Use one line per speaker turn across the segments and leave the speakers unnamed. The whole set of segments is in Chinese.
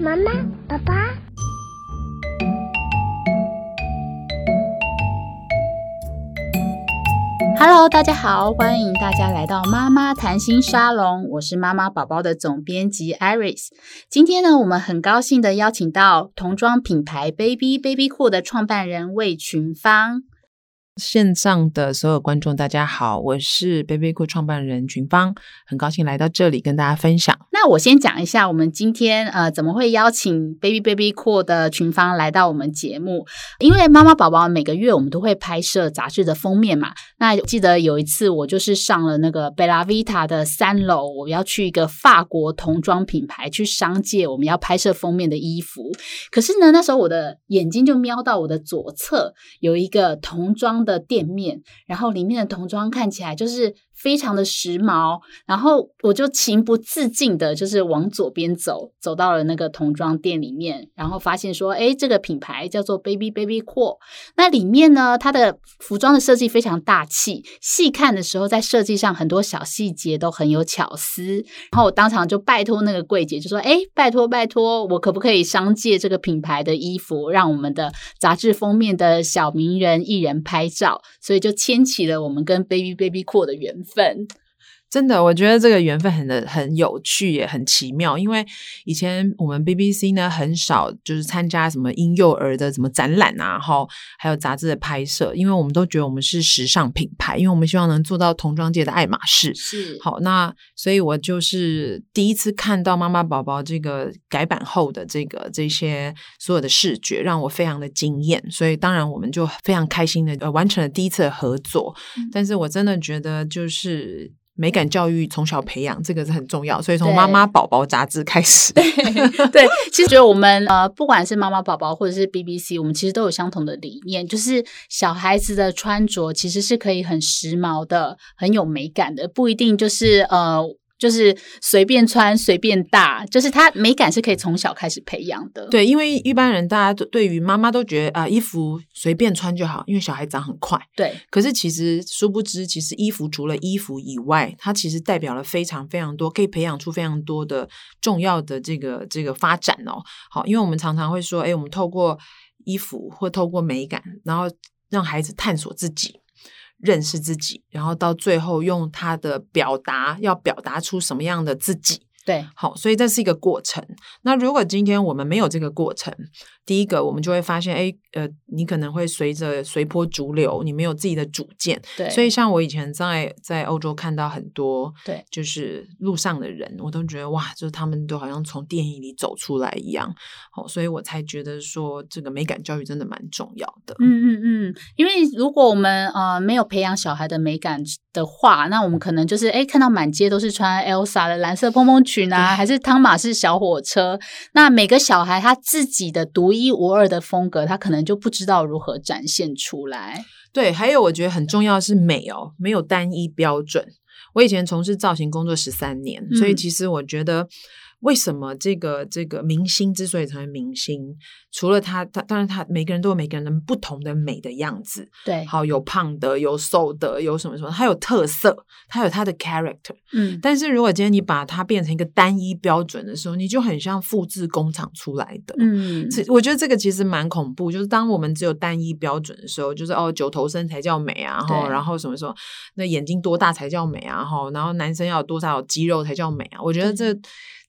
妈妈，爸爸，
Hello，大家好，欢迎大家来到妈妈谈心沙龙，我是妈妈宝宝的总编辑 Iris。今天呢，我们很高兴的邀请到童装品牌 Baby Baby Cool 的创办人魏群芳。
线上的所有观众，大家好，我是 Baby Cool 创办人群芳，很高兴来到这里跟大家分享。
那我先讲一下，我们今天呃怎么会邀请 Baby Baby Cool 的群芳来到我们节目？因为妈妈宝宝每个月我们都会拍摄杂志的封面嘛。那记得有一次我就是上了那个贝拉维塔的三楼，我要去一个法国童装品牌去商界，我们要拍摄封面的衣服。可是呢，那时候我的眼睛就瞄到我的左侧有一个童装的店面，然后里面的童装看起来就是非常的时髦，然后我就情不自禁的，就是往左边走，走到了那个童装店里面，然后发现说，哎，这个品牌叫做 Baby Baby Cool。那里面呢，它的服装的设计非常大气，细看的时候，在设计上很多小细节都很有巧思。然后我当场就拜托那个柜姐，就说：“哎，拜托拜托，我可不可以商借这个品牌的衣服，让我们的杂志封面的小名人艺人拍照？”所以就牵起了我们跟 Baby Baby Cool 的缘分。
真的，我觉得这个缘分很的很有趣，也很奇妙。因为以前我们 BBC 呢很少就是参加什么婴幼儿的什么展览啊，然后还有杂志的拍摄，因为我们都觉得我们是时尚品牌，因为我们希望能做到童装界的爱马仕。
是好，
好，那所以我就是第一次看到妈妈宝宝这个改版后的这个这些所有的视觉，让我非常的惊艳。所以当然我们就非常开心的、呃、完成了第一次的合作。
嗯
但是我真的觉得就是。美感教育从小培养，这个是很重要，所以从《
对
妈妈宝宝》杂志开始，
对，其实觉得我们呃，不管是妈妈宝宝或者是 BBC，我们其实都有相同的理念，就是小孩子的穿着其实是可以很时髦的，很有美感的，不一定就是呃。就是随便穿随便搭，就是它美感是可以从小开始培养的。
对，因为一般人大家都对于妈妈都觉得啊、衣服随便穿就好，因为小孩长很快。
对
可是其实殊不知，其实衣服除了衣服以外，它其实代表了非常非常多，可以培养出非常多的重要的这个这个发展哦。好，因为我们常常会说，哎，我们透过衣服或透过美感，然后让孩子探索自己。认识自己，然后到最后用他的表达，要表达出什么样的自己，
对
好，所以这是一个过程。那如果今天我们没有这个过程，第一个我们就会发现，哎，呃，你可能会随着随波逐流，你没有自己的主见。
对，
所以，像我以前在在欧洲看到很多，
对，
就是路上的人，我都觉得哇，就是他们都好像从电影里走出来一样。好，所以我才觉得说，这个美感教育真的蛮重要的。
嗯嗯嗯，因为如果我们呃没有培养小孩的美感的话，那我们可能就是哎看到满街都是穿 Elsa 的蓝色蓬蓬裙啊，
对
还是汤马士小火车，那每个小孩他自己的独一无二的风格，他可能就不知道如何展现出来。
对，还有我觉得很重要的是美哦，没有单一标准。我以前从事造型工作十三年，所以
嗯
其实我觉得，为什么这个这个明星之所以成为明星，除了他他当然他每个人都有每个人不同的美的样子，
对，
好有胖的，有瘦的，有什么什么，他有特色，他有他的 character。
嗯，
但是如果今天你把它变成一个单一标准的时候，你就很像复制工厂出来的。
嗯，
其我觉得这个其实蛮恐怖，就是当我们只有单一标准的时候，就是哦九头身才叫美啊，然后
对
然后什么时候那眼睛多大才叫美啊，然后然后男生要有多少肌肉才叫美啊？我觉得这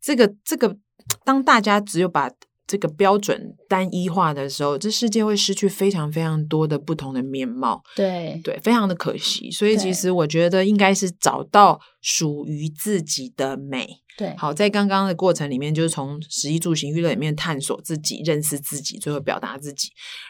这个这个，当大家只有把这个标准单一化的时候，这世界会失去非常非常多的不同的面貌。
对，
对，非常的可惜。所以
对
其实我觉得应该是找到属于自己的美。
对，
好，在刚刚的过程里面，就是从食衣住行娱乐里面探索自己、认识自己，最后表达自己，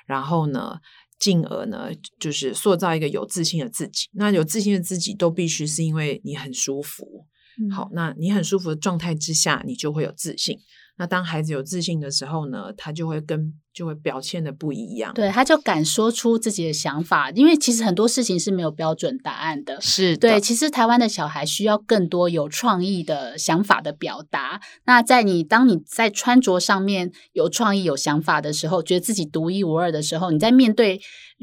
然后呢，进而呢，就是塑造一个有自信的自己。那有自信的自己，都必须是因为你很舒服。
嗯
好，，那你很舒服的状态之下，你就会有自信。那当孩子有自信的时候呢，他就会跟就会表现的不一样。
对，他就敢说出自己的想法，因为其实很多事情是没有标准答案的。
是
对，
的
其实台湾的小孩需要更多有创意的想法的表达。那在你当你在穿着上面有创意、有想法的时候，觉得自己独一无二的时候，你在面对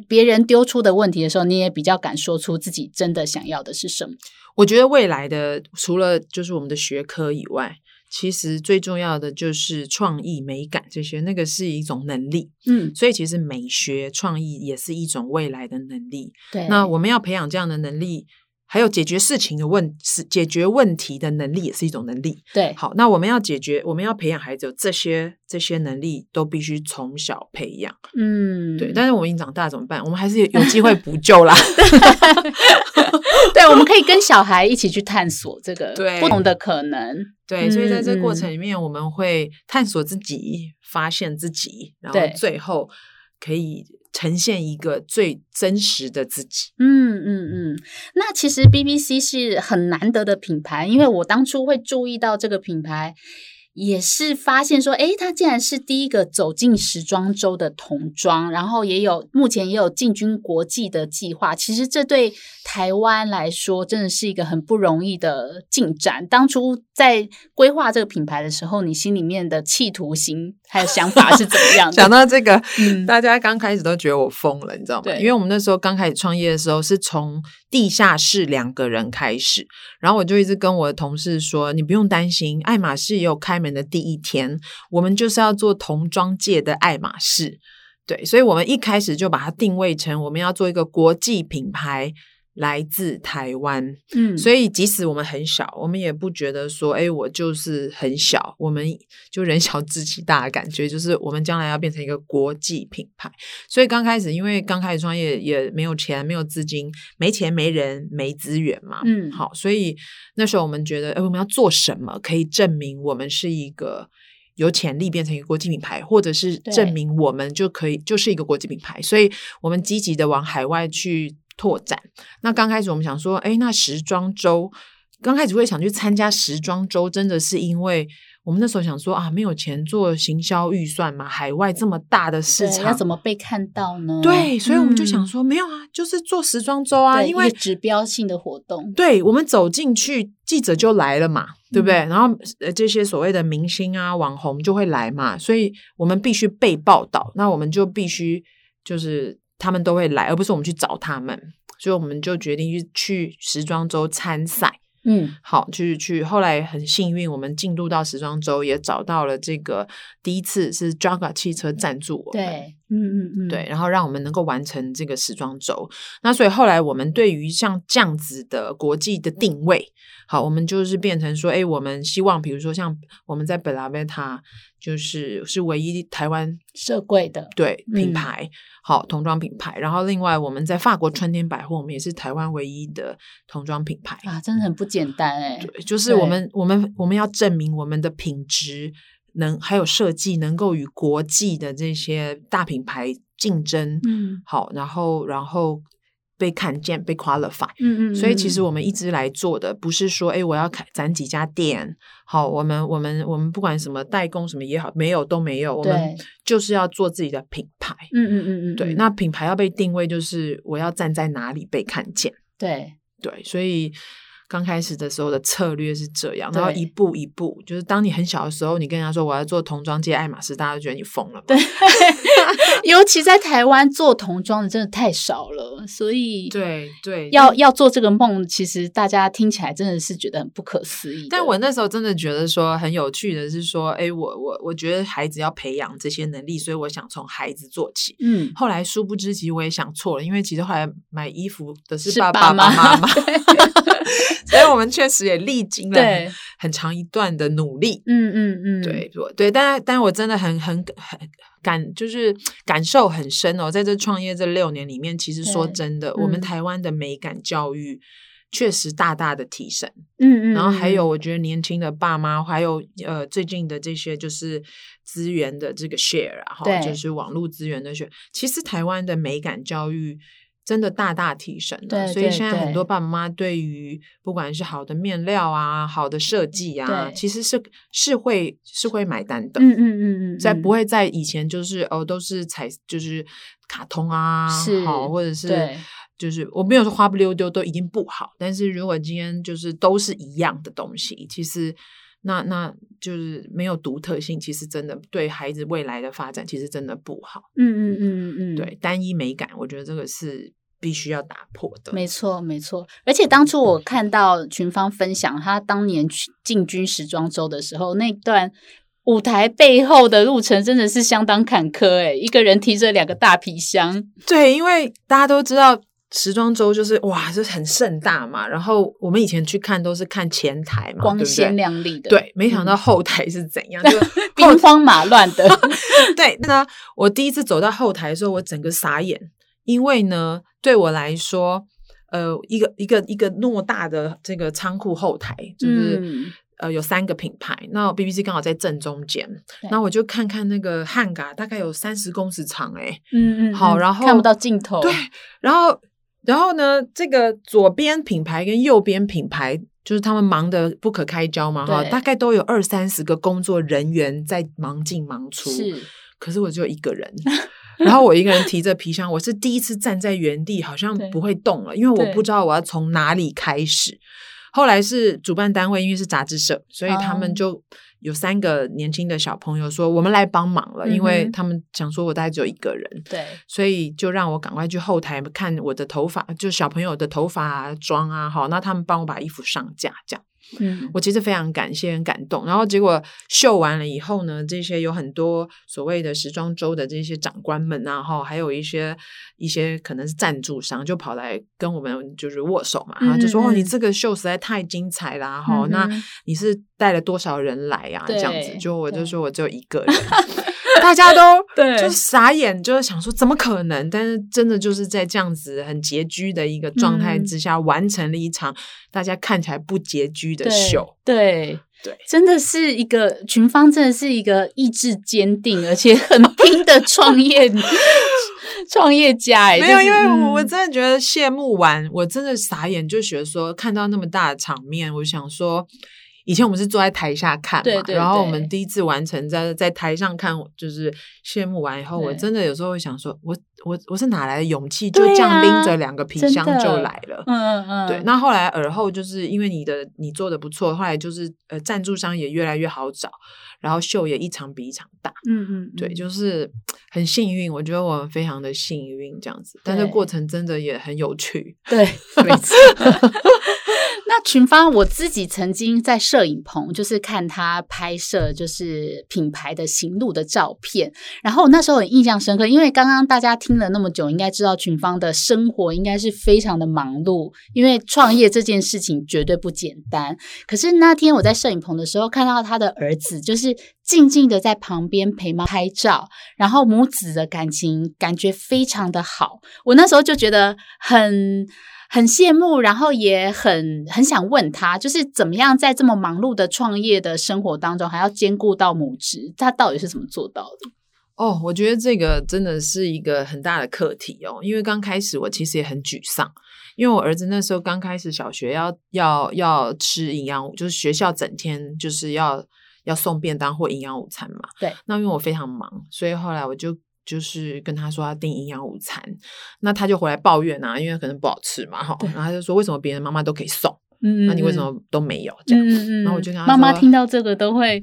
别人丢出的问题的时候，你也比较敢说出自己真的想要的是什么。
我觉得未来的除了就是我们的学科以外，其实最重要的就是创意、美感这些，那个是一种能力。
嗯，
所以其实美学、创意也是一种未来的能力。
对，
那我们要培养这样的能力，还有解决事情的问是解决问题的能力，也是一种能力。
对，
好，那我们要解决，我们要培养孩子有这些这些能力，都必须从小培养。
嗯，
对，但是我们已经长大怎么办？我们还是有有机会补救啦。
对，我们可以跟小孩一起去探索这个
对
不同的可能。
对，所以在这个过
嗯嗯
程里面，我们会探索自己，发现自己，然后
对
最后可以呈现一个最真实的自己。
嗯嗯嗯，那其实 BBC 是很难得的品牌，因为我当初会注意到这个品牌，也是发现说，诶，它竟然是第一个走进时装周的童装，然后也有目前也有进军国际的计划。其实这对台湾来说，真的是一个很不容易的进展。当初在规划这个品牌的时候，你心里面的企图心还有想法是怎么 样的？
讲到这个，
嗯
大家刚开始都觉得我疯了，你知道吗？
对
因为我们那时候刚开始创业的时候，是从地下室两个人开始，然后我就一直跟我的同事说：“你不用担心，爱马仕也有开门的第一天，我们就是要做童装界的爱马仕。”对，所以我们一开始就把它定位成我们要做一个国际品牌，来自台湾。
嗯，
所以即使我们很小，我们也不觉得说，哎，我就是很小，我们就人小志气大的感觉，就是我们将来要变成一个国际品牌。所以刚开始，因为刚开始创业也没有钱、没有资金、没钱、没人、没资源嘛，
嗯
好，所以那时候我们觉得，哎，我们要做什么可以证明我们是一个。有潜力变成一个国际品牌，或者是
对
证明我们就可以就是一个国际品牌，所以我们积极的往海外去拓展。那刚开始我们想说，哎，那时装周，刚开始会想去参加时装周，真的是因为我们那时候想说啊，没有钱做行销预算嘛，海外这么大的市
对要
场，
怎么被看到呢？
对，所以我们就
嗯
想说，没有啊，就是做时装周啊，
对
因
一
为
个指标性的活动，
对我们走进去，记者就来了嘛，对不对？然后呃，这些所谓的明星啊、网红就会来嘛，所以我们必须被报道，那我们就必须就是他们都会来，而不是我们去找他们。所以我们就决定去去时装周参赛，
嗯
好去去。后来很幸运，我们进入到时装周，也找到了这个第一次是 Jaga 汽车赞助我们，
对，嗯嗯嗯，
对，，然后让我们能够完成这个时装周。那所以后来我们对于像这样子的国际的定位，好，我们就是变成说，哎，我们希望比如说像我们在本拉维塔，就是是唯一台湾
社会的，
对
嗯
品牌，好童装品牌。然后另外我们在法国春天百货，我们也是台湾唯一的童装品牌。
啊，真的很不简单哎、
对，就是我
对
们我们我们要证明我们的品质能还有设计能够与国际的这些大品牌竞争，
嗯
好，然后然后被看见、被 qualify。
嗯嗯，
所以其实
嗯
我们一直来做的，不是说，哎，我要开攒几家店，好，我们我们我们不管什么代工什么也好，没有都没有，我
对
们，就是要做自己的品牌。
嗯嗯嗯嗯，
对，
嗯
那品牌要被定位，就是我要站在哪里被看见。
对
对，所以刚开始的时候的策略是这样，然后
对
一步一步，就是当你很小的时候，你跟人家说我要做童装界爱马仕，大家就觉得你疯了嘛。
对，尤其在台湾做童装的真的太少了，所以。
对 对，
要要做这个梦，其实大家听起来真的是觉得很不可思议的。
但我那时候真的觉得说很有趣的是说，哎，我我我觉得孩子要培养这些能力，所以我想从孩子做起。
嗯，
后来殊不知，其实我也想错了，因为其实后来买衣服的是
是
爸
爸
爸
妈
妈 妈，所以我们确实也历经了
对
很，很长一段的努力。
嗯嗯嗯，
对，我对，但但我真的很很很感，就是感受很深哦。在这创业这六年里面，其实说
对
真的，我
嗯
们台湾的美感教育确实大大的提升。
嗯，嗯嗯，
然后还有，我觉得年轻的爸妈，还有呃最近的这些就是资源的这个 share 啊，哈，
对
就是网络资源的 share，其实台湾的美感教育。真的大大提升了，
对
所以
对
现在很
对
多爸爸妈妈对于不管是好的面料啊、好的设计啊
对，
其实是是会是会买单的，
嗯嗯嗯嗯，
在
嗯
不会在以前就是哦都是彩就是卡通啊，
是
好或者是
对
就是我没有说花不溜丢都已经不好，但是如果今天就是都是一样的东西，其实那那就是没有独特性，其实真的对孩子未来的发展其实真的不好。
嗯嗯嗯嗯嗯，
对单一美感，我觉得这个是必须要打破的。
没错，没错。而且当初我看到群芳分享她当年去进军时装周的时候，那段舞台背后的路程真的是相当坎坷诶、一个人提着两个大皮箱，
对，因为大家都知道时装周就是哇，就是很盛大嘛。然后我们以前去看都是看前台嘛，
光鲜
啊对
亮丽
不
的，嗯
对？对，没想到后台是怎 样，就
兵荒马乱的，
对，那我第一次走到后台的时候，我整个傻眼，因为呢，对我来说，呃，一个一个一个偌大的这个仓库后台，就是、
嗯
呃有三个品牌，那 BBC 刚好在正中间
对，
那我就看看那个汉嘎，大概有三十公尺长、欸，
嗯嗯， 嗯
好然后
看不到尽头，
对，然后，然后呢，这个左边品牌跟右边品牌，就是他们忙得不可开交嘛，哈，
对
大概都有二三十个工作人员在忙进忙出，
是，
可是我只有一个人。然后我一个人提着皮箱，我是第一次站在原地，好像
对
不会动了，因为我
对
不知道我要从哪里开始。后来是主办单位，因为是杂志社，所以他
哦
们就有三个年轻的小朋友说：“我们来帮忙了。因
嗯
为
哼
他们想说我大概只有一个人，
对，
所以就让我赶快去后台看我的头发，就小朋友的头发啊、妆啊，好，那他们帮我把衣服上架，这样。
嗯，
我其实非常感谢、很感动。然后结果秀完了以后呢，这些有很多所谓的时装周的这些长官们啊，哈，还有一些一些可能是赞助商，就跑来跟我们就是握手嘛，哈、就说
嗯嗯
哦，你
嗯
这个秀实在太精彩啦，哈、那
嗯哼
你是带了多少人来呀、这样子
对，
就我就
对
说我只有一 个人。大家都
对
就傻眼，就是想说怎么可能？但是真的就是在这样子很拮据的一个状态
嗯
之下，完成了一场大家看起来不拮据的
对
秀。
对。
对
真的是一个群芳，真的是一个意志坚定而且很拼的创业 创业家哎、
没
就
有，
是
因为我我
嗯
真的觉得谢幕完，我真的傻眼，就觉得说看到那么大的场面，我想说。以前我们是坐在台下看嘛，
对对
然后我
对
们第一次完成在在台上看，就是谢幕完以后，我
对
真的有时候会想说，我我我是哪来的勇气，就
对
这样
啊
拎着两个皮
真
箱
的
就来了。
嗯嗯嗯，
对，那后来尔后就是因为你的你做的不错，后来就是呃赞助商也越来越好找，然后秀也一场比一场大，
嗯嗯，
对，
嗯
就是很幸运，我觉得我们非常的幸运这样子，但是
对
过程真的也很有趣。
对，
没
错。 那群芳，我自己曾经在摄影棚，就是看他拍摄，就是品牌的行路的照片。然后那时候很印象深刻，因为刚刚大家听了那么久，应该知道群芳的生活应该是非常的忙碌，因为创业这件事情绝对不简单。可是那天我在摄影棚的时候，看到他的儿子就是静静的在旁边陪妈拍照，然后母子的感情感觉非常的好。我那时候就觉得很很羡慕，然后也很很想问他，就是怎么样在这么忙碌的创业的生活当中，还要兼顾到母职，他到底是怎么做到的？
哦，我觉得这个真的是一个很大的课题哦，因为刚开始我其实也很沮丧，因为我儿子那时候刚开始小学要要要吃营养午，就是学校整天就是要要送便当或营养午餐嘛。
对，
那因为我非常忙，所以后来我就。就是跟他说要订营养午餐，那他就回来抱怨啊，因为可能不好吃嘛，哈，然后他就说为什么别人妈妈都可以送，
嗯
那你为什？么都没有这样？
嗯嗯，
然后我就跟他
妈妈
说哦
听到这个都会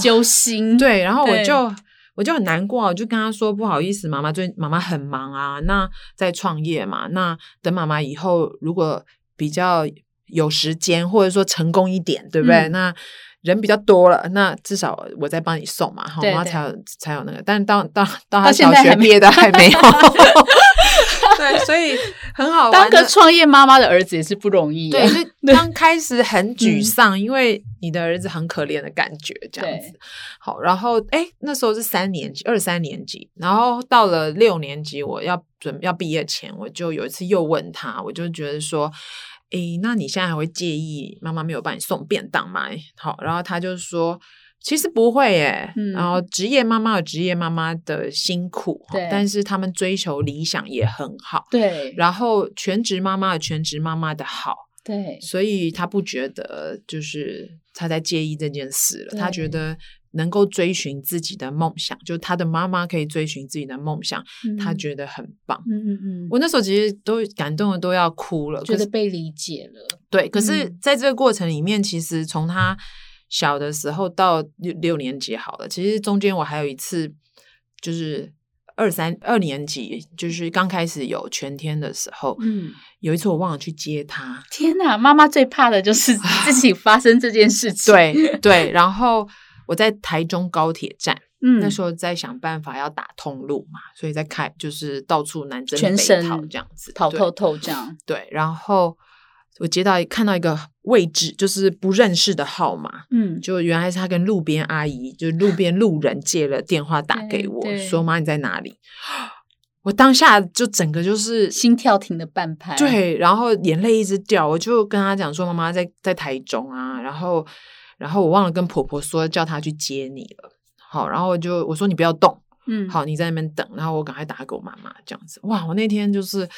揪心，
对，然后我
对
就我就很难过，我就跟他说不好意思，妈妈最妈妈很忙啊，那在创业嘛，那等妈妈以后如果比较有时间，或者说成功一点，对不对？
嗯
那人比较多了，那至少我再帮你送嘛，哈，
对
妈
对
才有才有那个。但到到到
到
他
现
小
在
学
还没
毕业的还 没有， 对，所以很好
当
玩的。
个创业妈妈的儿子也是不容易、
对，就刚开始很
嗯
沮丧，因为你的儿子很可怜的感觉，这样
对
子。好，然后哎，那时候是三年级，二三年级，然后到了六年级，我要准要毕业前，我就有一次又问他，我就觉得说。诶，那你现在还会介意妈妈没有帮你送便当吗？好，然后他就说，其实不会耶。
嗯
然后职业妈妈有职业妈妈的辛苦，
对
但是他们追求理想也很好。
对
然后全职妈妈有全职妈妈的好，
对
所以他不觉得就是他在介意这件事了，他觉
对
得能够追寻自己的梦想，就他的妈妈可以追寻自己的梦想，他觉得很棒。
嗯嗯嗯
我那时候其实都感动的都要哭了，
嗯，觉
可
得
是
被理解了，
对，可是
嗯
在这个过程里面，其实从他小的时候到六六年级好了，其实中间我还有一次就是。二三二年级，就是刚开始有全天的时候，
嗯，
有一次我忘了去接他，
天哪，妈妈最怕的就是自己发生这件事情。，
啊对对，然后我在台中高铁站，
嗯，
那时候在想办法要打通路嘛，所以在开就是到处南征
全
北
省
讨这样子，
跑
对
透透这样，
对，然后我接到看到一个位置，就是不认识的号码，
嗯，
就原来是他跟路边阿姨，就是路边路人借了电话打
对
给我
对，
说妈你在哪里？ 我当下就整个就是
心跳停的半拍。，
对，然后眼泪一直掉，我就跟他讲说妈妈在在台中啊，然后然后我忘了跟婆婆说叫她去接你了。好，然后我就我说你不要动，
嗯，，
好，你在那边等，然后我赶快打给我妈妈，这样子。哇，我那天就是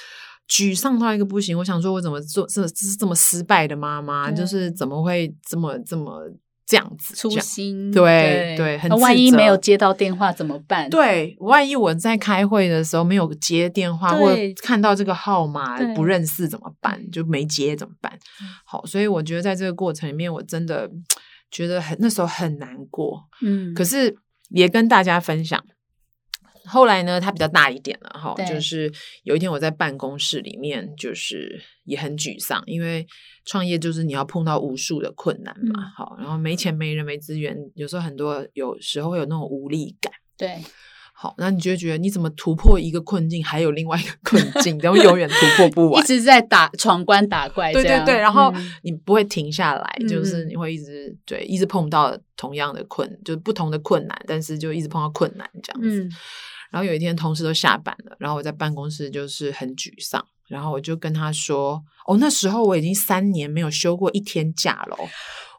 沮丧到一个不行，我想说，我怎么做这这是这么失败的妈妈，
对
就是怎么会这么这么这样子？
粗
这样
心，
对对很
那
自
万一没有
责
接到电话怎么办？，
对，万一我在开会的时候没有接电话，或
对
看到这个号码
对嗯
不认识怎么办？就没接怎么办？好，所以我觉得在这个过程里面，我真的觉得很那时候很难过，
嗯，
可是也跟大家分享。后来呢，他比较大一点了哈，
对
就是有一天我在办公室里面，就是也很沮丧，因为创业就是你要碰到无数的困难嘛，
嗯
好，然后没钱、没人、没资源，有时候很多有时候会有那种无力感。
对，
好，那你就会觉得你怎么突破一个困境，还有另外一个困境，然后永远突破不
一
完。
直在打闯关打怪这
对对
样，
对，然后
嗯
你不会停下来，就是
嗯
你会一直对一直碰到同样的困，就是不同的困难，但是就一直碰到困难这样子。
嗯
然后有一天同事都下班了，然后我在办公室就是很沮丧，然后我就跟他说：“哦，那时候我已经三年没有休过一天假了哦，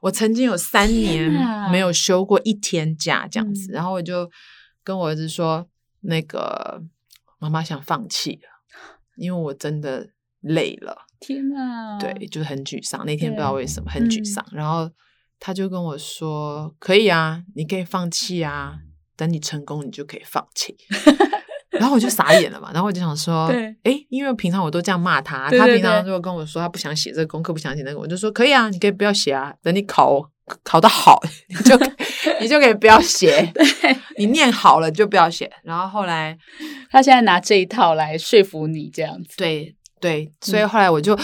我曾经有三年
天哪
没有休过一天假这样
嗯
子。然后我就跟我儿子说：“那个妈妈想放弃了，因为我真的累了。”
天哪，
对，就是很沮丧。那天
嗯
不知
对
道为什么很沮
嗯
丧，然后他就跟我说：“可以啊，你可以放弃啊，等你成功，你就可以放弃。”然 后我就傻眼了嘛，然后我就想说
对，
诶，因为平常我都这样骂他，
对
他
对
平常
对
如果跟我说他不想写这个功课，不想写那个，我就说可以啊，你可以不要写啊，等你考考得好，你就可以你就可以不要 写，你念好了就不要写。然后后来
他现在拿这一套来说服你这样子，
对对，所
嗯
以后来我就、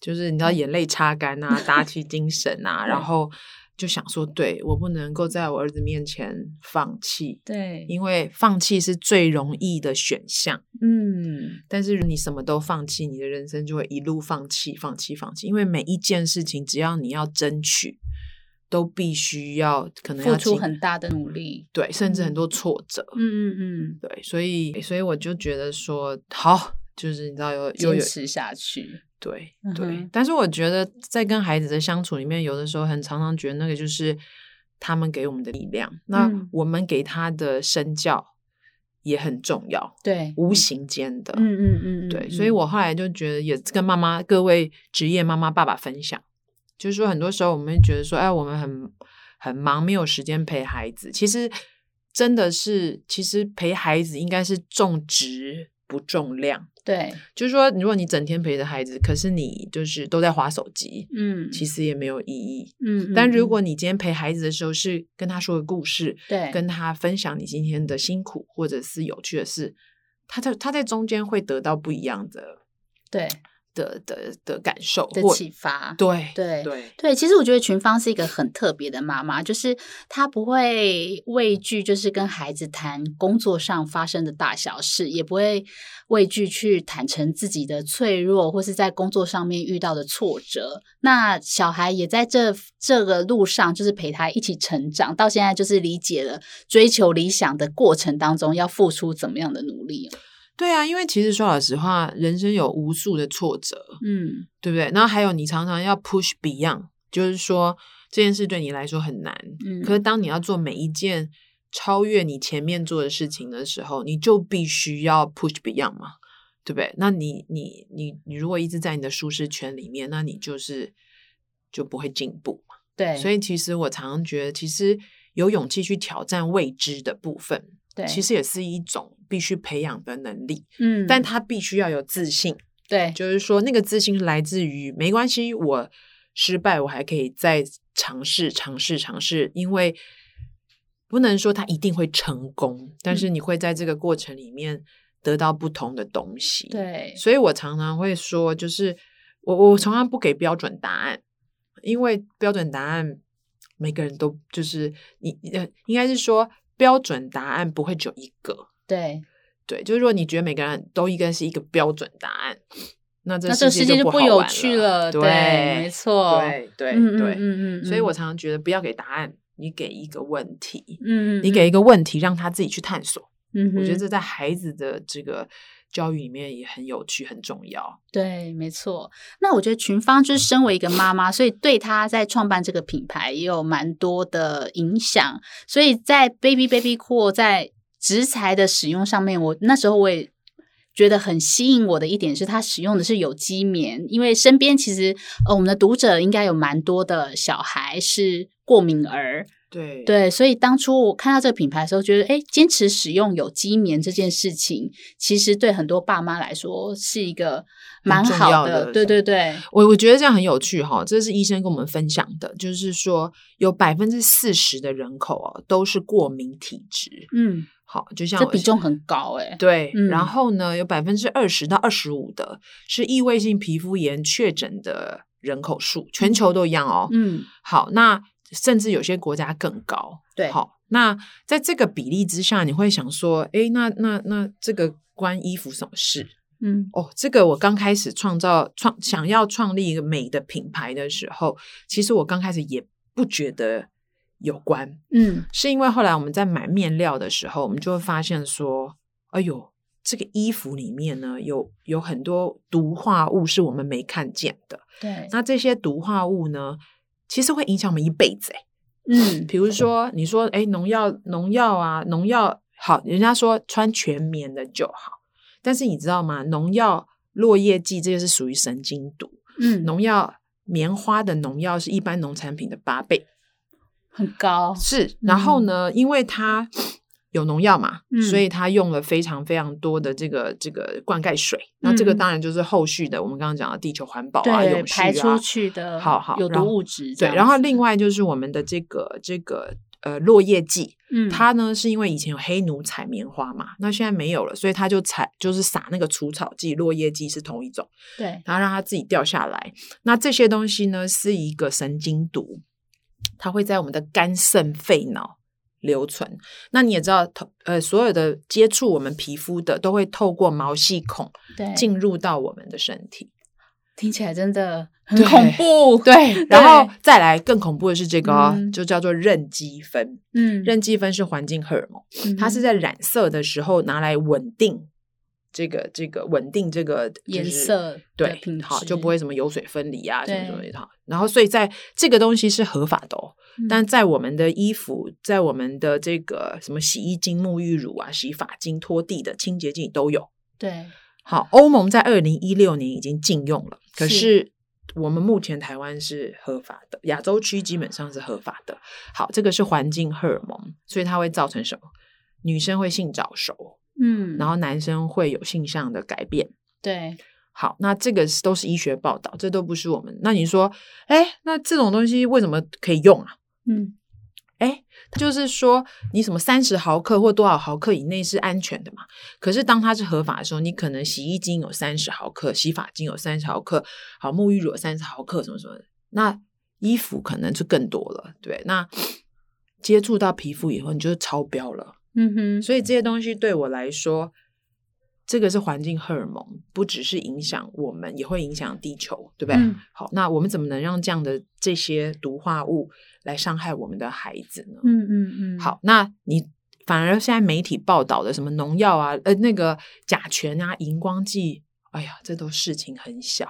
就是你知道眼泪擦干啊，打起精神啊，然后就想说，对我不能够在我儿子面前放弃，
对，
因为放弃是最容易的选项。
嗯，
但是你什么都放弃，你的人生就会一路放弃、放弃、放弃。因为每一件事情，只要你要争取，都必须要可能要
付出
经
很大的努力，
对，甚至很
嗯
多挫折。
嗯嗯嗯，
对，所以所以我就觉得说，好，就是你知道有又
坚
有
持下去，
对
嗯
对，
哼
但是我觉得在跟孩子的相处里面，有的时候很常常觉得那个就是他们给我们的力量，那
嗯
我们给他的身教也很重要，
对，
无形间的。
嗯嗯嗯，嗯
对，
嗯
所以我后来就觉得也跟妈妈、各位职业妈妈、爸爸分享，就是说很多时候我们会觉得说，哎，我们很很忙，没有时间陪孩子。其实真的是，其实陪孩子应该是重质不重量。
对，
就是说，如果你整天陪着孩子，可是你就是都在划手机，
嗯，
其实也没有意义。
嗯，嗯
但如
嗯
果你今天陪孩子的时候是跟他说个故事，
对
跟他分享你今天的辛苦或者是有趣的事，他在他在中间会得到不一样的
对
的的的感受
的
或
启发，
对
对
对
对，其实我觉得群芳是一个很特别的妈妈，就是她不会畏惧，就是跟孩子谈工作上发生的大小事，也不会畏惧去坦诚自己的脆弱，或是在工作上面遇到的挫折。那小孩也在这这个路上，就是陪他一起成长，到现在就是理解了追求理想的过程当中要付出怎么样的努力。哦
对啊！因为其实说老实话，人生有无数的挫折，
嗯，
对不对？然后还有你常常要 push beyond，就是说这件事对你来说很难，
嗯
可是当你要做每一件超越你前面做的事情的时候，你就必须要 push beyond 嘛，对不对？那你你你你如果一直在你的舒适圈里面，那你就是就不会进步嘛。
对，
所以其实我常常觉得，其实有勇气去挑战未知的部分，
对，
其实也是一种必须培养的能力，
嗯，
但他必须要有自信。
对
就是说那个自信是来自于没关系，我失败我还可以再尝试尝试尝试，因为不能说它一定会成功，但是你会在这个过程里面得到不同的东西。，
对，
所以我常常会说，就是我我从来不给标准答案，因为标准答案每个人都就是你呃，应该是说标准答案不会只有一个。
对，
对，就是如果你觉得每个人都应该是一个标准答案，那这
那这个世界就
不
不
好
有
玩
趣
了。
对，没错，
对对
嗯，嗯
对
嗯嗯嗯，
所以我常常觉得不要给答案，你给一个问题，
嗯，嗯嗯，
你给一个问题让他自己去探索。
嗯哼，
我觉得这在孩子的这个教育里面也很有趣、很重要。
对，没错。那我觉得群芳就是身为一个妈妈，所以对她在创办这个品牌也有蛮多的影响。所以在 Baby Baby Cool 在植材的使用上面，我那时候我也觉得很吸引我的一点是，它使用的是有机棉，因为身边其实呃我们的读者应该有蛮多的小孩是过敏儿，
对
对，所以当初我看到这个品牌的时候，觉得哎，诶坚持使用有机棉这件事情，其实对很多爸妈来说是一个蛮
重要
好
的
对对对，
我我觉得这样很有趣哈、这是医生跟我们分享的，就是说有百分之四十的人口哦都是过敏体质。
嗯，
好，就像
这
我
比重很高哎、诶
对，
嗯
然后呢，有百分之二十到二十五的是异位性皮肤炎确诊的人口数，全球都一样哦。
嗯，
好，那甚至有些国家更高。
对
好，那在这个比例之下，你会想说，诶，那那那这个关衣服什么事？
嗯
哦，这个我刚开始创造创想要创立一个美的品牌的时候，其实我刚开始也不觉得有关，
嗯，
是因为后来我们在买面料的时候，我们就会发现说，哎呦，这个衣服里面呢有有很多毒化物是我们没看见的。
对，
那这些毒化物呢，其实会影响我们一辈子、欸。
嗯
比如说，你说，哎，农药，农药啊，农药好，人家说穿全棉的就好，但是你知道吗？农药、落叶剂这些是属于神经毒，
嗯，
农药。棉花的农药是一般农产品的八倍，
很高，
是，然后呢，因为它有农药嘛，
嗯
所以它用了非常非常多的这个这个灌溉水。那这个
嗯
当然就是后续的我们刚刚讲的地球环保啊、
对，
永续啊。
排出去的
好好
有
然
毒
后
物质这
对，
样子，
然后另外就是我们的这个这个呃落叶剂，
嗯，
它呢是因为以前有黑奴采棉花嘛，那现在没有了，所以它就采就是撒那个除草剂，落叶剂是同一种，
对，
然后让它自己掉下来。那这些东西呢是一个神经毒，它会在我们的肝、肾、肺、脑。留存，那你也知道，头呃，所有的接触我们皮肤的，都会透过毛细孔
对，
进入到我们的身体。
听起来真 的很
对
恐怖，
对，然后再来更恐怖的是这个、哦，
嗯
就叫做韧肌酚。
嗯，
韧肌酚是环境荷尔蒙，
嗯
它是在染色的时候拿来稳定这个这个稳定这个、就是
颜色的
对
品，质
好就不会什么油水分离啊，什么什么
对
的好。然后所以在这个东西是合法的哦，
嗯
但在我们的衣服，在我们的这个什么洗衣精、沐浴乳啊、洗发精、拖地的清洁剂都有。
对，
好，欧盟在二零一六年已经禁用了，可
是
是我们目前台湾是合法的，亚洲区基本上是合法的。好，这个是环境荷尔蒙，所以它会造成什么？女生会性早熟，
嗯，
然后男生会有性向的改变。
对，
好，那这个是都是医学报道，这都不是我们。那你说，哎，那这种东西为什么可以用啊？
嗯，
哎，就是说你什么三十毫克或多少毫克以内是安全的嘛？可是当它是合法的时候，你可能洗衣精有三十毫克，洗发精有三十毫克，好，沐浴乳有三十毫克，什么什么的。那衣服可能就更多了，对。那接触到皮肤以后，你就是超标了。
嗯哼，
所以这些东西对我来说，这个是环境荷尔蒙，不只是影响我们，也会影响地球，对不对？
嗯
好，那我们怎么能让这样的这些毒化物来伤害我们的孩子呢？
嗯嗯嗯，
好，，那你反而现在媒体报道的什么农药啊，呃，那个甲醛啊、荧光剂，哎呀，这都事情很小，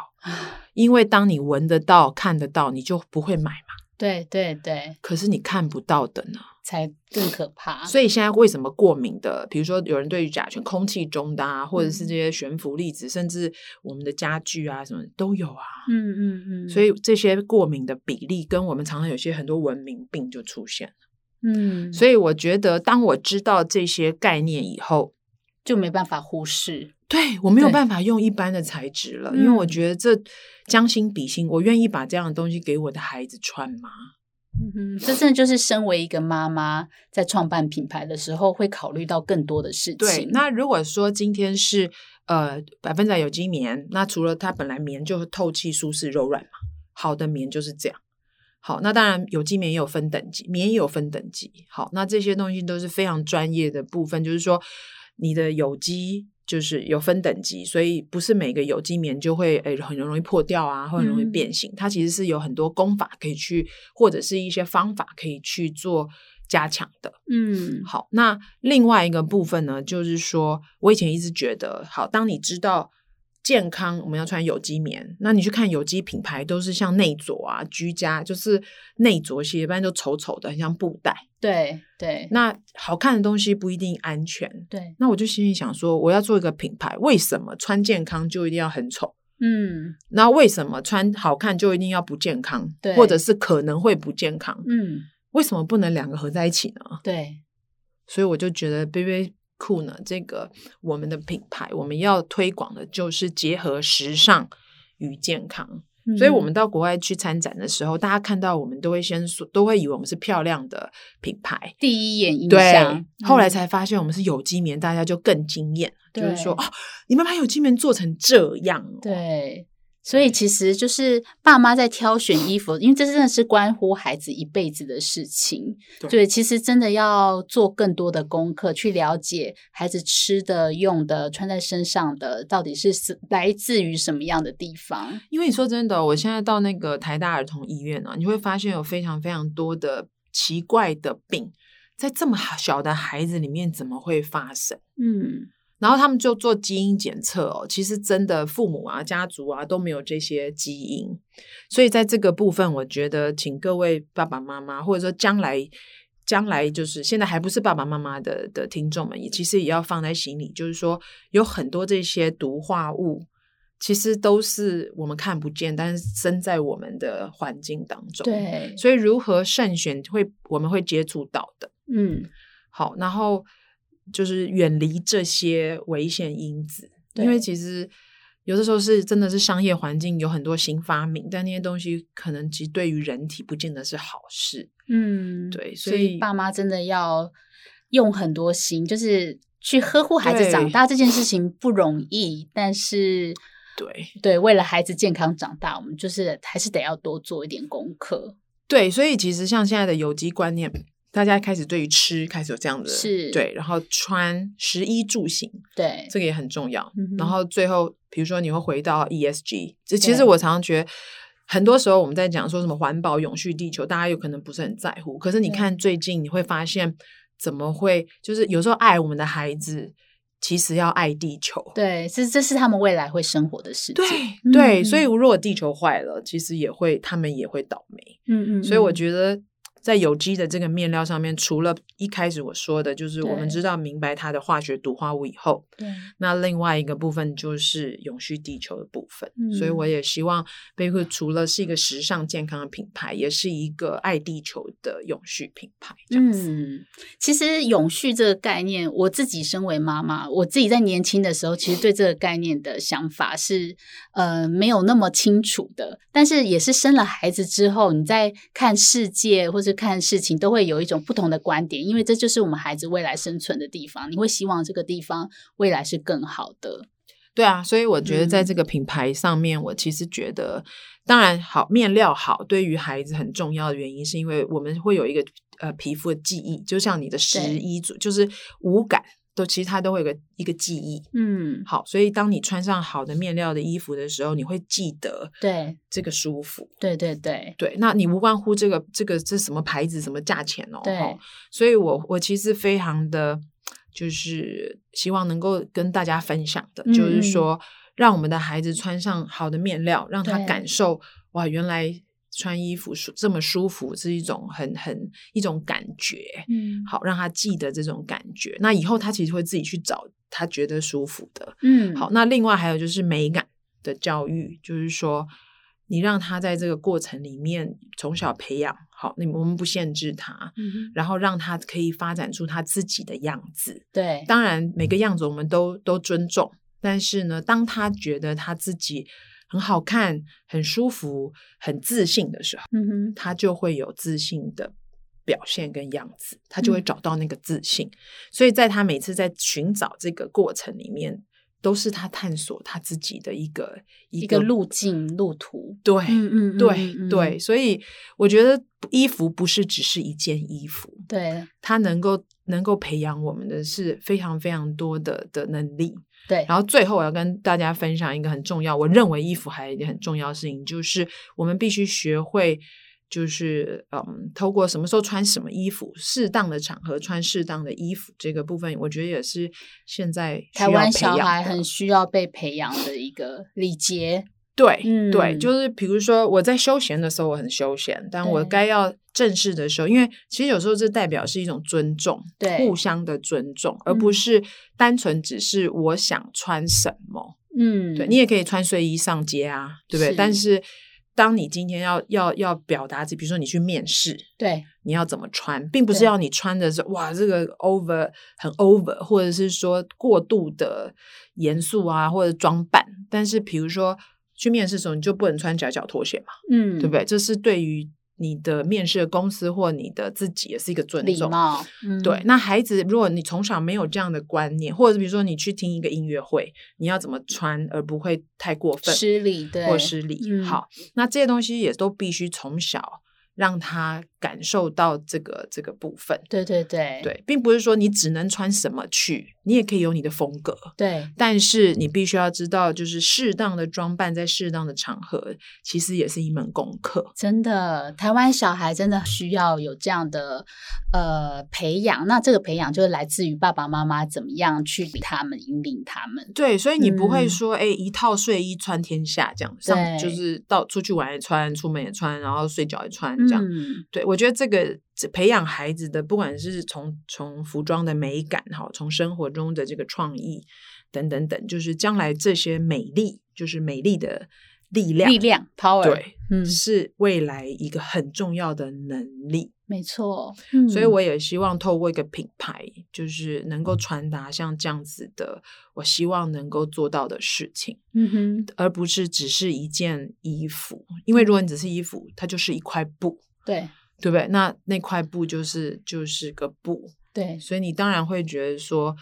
因为当你闻得到、看得到，你就不会买嘛。
对对对，
可是你看不到的呢，
才更可怕。
所以现在为什么过敏的，比如说有人对于甲醛、空气中的啊，或者是
嗯
这些悬浮粒子，甚至我们的家具啊什么都有啊。
嗯嗯嗯，
所以这些过敏的比例跟我们常常有些很多文明病就出现了，
嗯，
所以我觉得当我知道这些概念以后，
就没办法忽视。
对我没有
对
办法用一般的材质了，因为我
嗯
觉得这将心比心，我愿意把这样的东西给我的孩子穿吗？
嗯哼，这真的就是身为一个妈妈，在创办品牌的时候会考虑到更多的事情。
对，那如果说今天是呃百分之百有机棉，那除了它本来棉就是透气、舒适、柔软嘛，好的棉就是这样。好，那当然有机棉也有分等级，棉也有分等级。好，那这些东西都是非常专业的部分，就是说你的有机。就是有分等级，所以不是每个有机棉就会诶、很容易破掉啊，或很容易变
嗯
形。它其实是有很多功法可以去，或者是一些方法可以去做加强的。
嗯，
好，那另外一个部分呢，就是说我以前一直觉得，好，当你知道健康，我们要穿有机棉，那你去看有机品牌，都是像内着啊、居家，就是内着鞋，一般都丑丑的，很像布袋。
对对
那好看的东西不一定安全。
对，
那我就心里想说，我要做一个品牌，为什么穿健康就一定要很丑？
嗯
那为什么穿好看就一定要不健康？
对
或者是可能会不健康？
嗯，
为什么不能两个合在一起呢？
对，
所以我就觉得 Baby Cool 呢，这个我们的品牌，我们要推广的就是结合时尚与健康。所以
嗯
我们到国外去参展的时候，大家看到我们都会先说，都会以为我们是漂亮的品牌。
第一眼印
对
象，，
后来
嗯
才发现我们是有机棉，大家就更惊艳，就
对
是说哦，你们把有机棉做成这样、哦，，
对。所
嗯
以其实就是爸妈在挑选衣服，因为这真的是关乎孩子一辈子的事情。
对
其实真的要做更多的功课，去了解孩子吃的、用的、穿在身上的到底是是来自于什么样的地方。
因为你说真的哦，我现在到那个台大儿童医院啊，你会发现有非常非常多的奇怪的病，在这么小的孩子里面怎么会发生？
嗯，
然后他们就做基因检测哦，其实真的父母啊、家族啊都没有这些基因，所以在这个部分，我觉得请各位爸爸妈妈，或者说将来将来就是现在还不是爸爸妈妈的的听众们，也其实也要放在心里，就是说有很多这些毒化物，其实都是我们看不见，但是生在我们的环境当中。，
对，
所以如何慎选会我们会接触到的。
嗯，
好，然后就是远离这些危险因子，
对
因为其实有的时候是真的是商业环境有很多新发明，但那些东西可能其实对于人体不见得是好事。
嗯，
对
所
所
以
以
爸妈真的要用很多心，就是去呵护孩子
对
长大这件事情不容易，但是
对
对，为了孩子健康长大，我们就是还是得要多做一点功课。
对，所以其实像现在的有机观念，大家开始对于吃开始有这样的
是
对，然后穿食衣住行
对，
这个也很重要。
嗯哼
然后最后，比如说你会回到 ESG，这其实
对
我常常觉得，很多时候我们在讲说什么环保、永续地球，大家有可能不是很在乎。可是你
对
看最近，你会发现怎么会，就是有时候爱我们的孩子，其实要爱地球。
对，这这是他们未来会生活的事情。
对
嗯
对，
嗯
所以如果地球坏了，其实也会他们也会倒霉。
嗯嗯，
所以我
嗯
觉得在有机的这个面料上面，除了一开始我说的，就是我们
对
知道明白它的化学毒化物以后，
对
那另外一个部分就是永续地球的部分，所以
嗯
我也希望贝克除了是一个时尚健康的品牌，也是一个爱地球的永续品牌。这样子，
嗯，其实永续这个概念，我自己身为妈妈，我自己在年轻的时候，其实对这个概念的想法是呃没有那么清楚的。但是也是生了孩子之后，你在看世界或是看事情，都会有一种不同的观点，因为这就是我们孩子未来生存的地方。你会希望这个地方未来是更好的。
对啊，所以我觉得在
嗯
这个品牌上面，我其实觉得，当然好面料好对于孩子很重要的原因，是因为我们会有一个呃皮肤的记忆，就像你的食
对
衣住，就是五感都其实它都会有一个一个记忆。
嗯，
好，所以当你穿上好的面料的衣服的时候，你会记得
对
这个舒服。
对对对，
对，那你无关乎这个这个这什么牌子、什么价钱哦。
嗯对
齁所以我我其实非常的，就是希望能够跟大家分享的，就
嗯嗯
是说，让我们的孩子穿上好的面料，让他
对
感受哇，原来穿衣服舒这么舒服是一种很很一种感觉。
嗯
好，让他记得这种感觉。那以后他其实会自己去找他觉得舒服的。
嗯，
好，那另外还有就是美感的教育，就是说你让他在这个过程里面从小培养好，你我们不限制他，
嗯哼，
然后让他可以发展出他自己的样子。
对，嗯
当然，每个样子我们都都尊重，但是呢，当他觉得他自己。很好看、很舒服、很自信的时候，
嗯哼，
他就会有自信的表现跟样子，他就会
嗯
找到那个自信。所以在他每次在寻找这个过程里面，都是他探索他自己的一个
一个路径路途，
对。
嗯
对
嗯
对，所以我觉得衣服不是只是一件衣服，
对
它能够能够培养我们的是非常非常多的的能力。
对，
然后最后我要跟大家分享一个很重要，我认为衣服还有一件很重要的事情，就是我们必须学会，就是嗯，透过什么时候穿什么衣服，适当的场合穿适当的衣服，这个部分我觉得也是现在需
台
要
湾
培
小
养
孩
的
很需要被培养的一个礼节，
对、对，
嗯
就是比如说我在休闲的时候我很休闲，但我
对
该要正式的时候，因为其实有时候这代表是一种尊重，
对
互相的尊重，而不
嗯
是单纯只是我想穿什么。
嗯，
对你也可以穿睡衣上街啊，对不对？
是
但是当你今天要要要表达自己，比如说你去面试，
对
你要怎么穿，并不是
对
要你穿的是哇这个 over 很 over，或者是说过度的严肃啊，或者装扮。但是比如说去面试的时候，你就不能穿夹脚拖鞋嘛，
嗯，
对不？对？这是对于你的面试的公司或你的自己也是一个尊
礼
重。
貌，嗯
对，那孩子，如果你从小没有这样的观念，或者是比如说你去听一个音乐会，你要怎么穿而不会太过分
失礼，对，
或失礼？
嗯
好，那这些东西也都必须从小让他感受到这个这个部分。
对对对
对，并不是说你只能穿什么去，你也可以有你的风格，
对
但是你必须要知道，就是适当的装扮在适当的场合，其实也是一门功课。
真的，台湾小孩真的需要有这样的呃培养。那这个培养就是来自于爸爸妈妈怎么样去给他们引领他们。
对，所以你不会
嗯
说，哎、一套睡衣穿天下这样，上就
对
是到出去玩也穿，出门也穿，然后睡觉也穿这样。
嗯，
对，我觉得这个这培养孩子的，不管是从从服装的美感哈，从生活中的这个创意等等等，就是将来这些美丽，就是美丽的力量，
力量 power，，
对，
嗯，
是未来一个很重要的能力。
没错。
所以
嗯
我也希望透过一个品牌，就是能够传达像这样子的，我希望能够做到的事情，
嗯哼，
而不是只是一件衣服。因为如果
嗯
你只是衣服，它就是一块布，
对
对不对？那那块布就是就是个布，
对
所以你当然会觉得说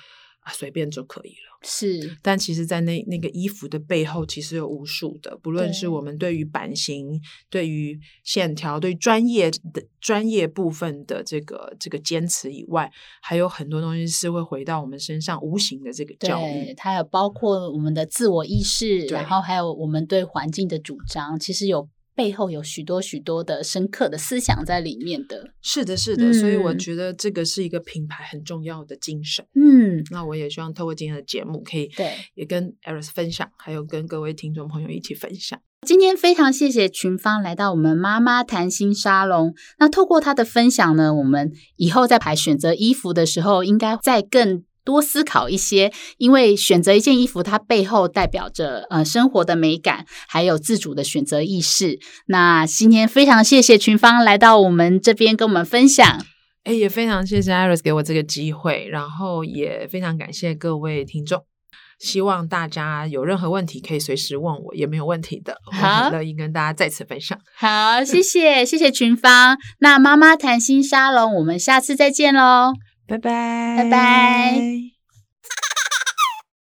啊随便就可以了。
是，
但其实，在那那个衣服的背后，其实有无数的，不论是
对
我们对于版型、对于线条、对于专业的专业部分的这个这个坚持以外，还有很多东西是会回到我们身上无形的这个教
对
育。，嗯
它有包括我们的自我意识，
对
然后还有我们对环境的主张，其实有背后有许多许多的深刻的思想在里面的。
是的，是的，所以我
嗯
觉得这个是一个品牌很重要的精神。
嗯，
那我也希望透过今天的节目，可以
对。
也跟 Eris 分享，还有跟各位听众朋友一起分享。
今天非常谢谢群芳来到我们妈妈谈心沙龙。那透过她的分享呢，我们以后在排选择衣服的时候，应该再更。多思考一些，因为选择一件衣服，它背后代表着呃生活的美感，还有自主的选择意识。那今天非常谢谢群芳来到我们这边跟我们分享，
哎，也非常谢谢 Iris 给我这个机会，然后也非常感谢各位听众。希望大家有任何问题可以随时问我，也没有问题的，我
好
很乐意跟大家再次分享。
好， 谢谢谢谢群芳。那妈妈谈心沙龙，我们下次再见喽。
拜拜，
拜拜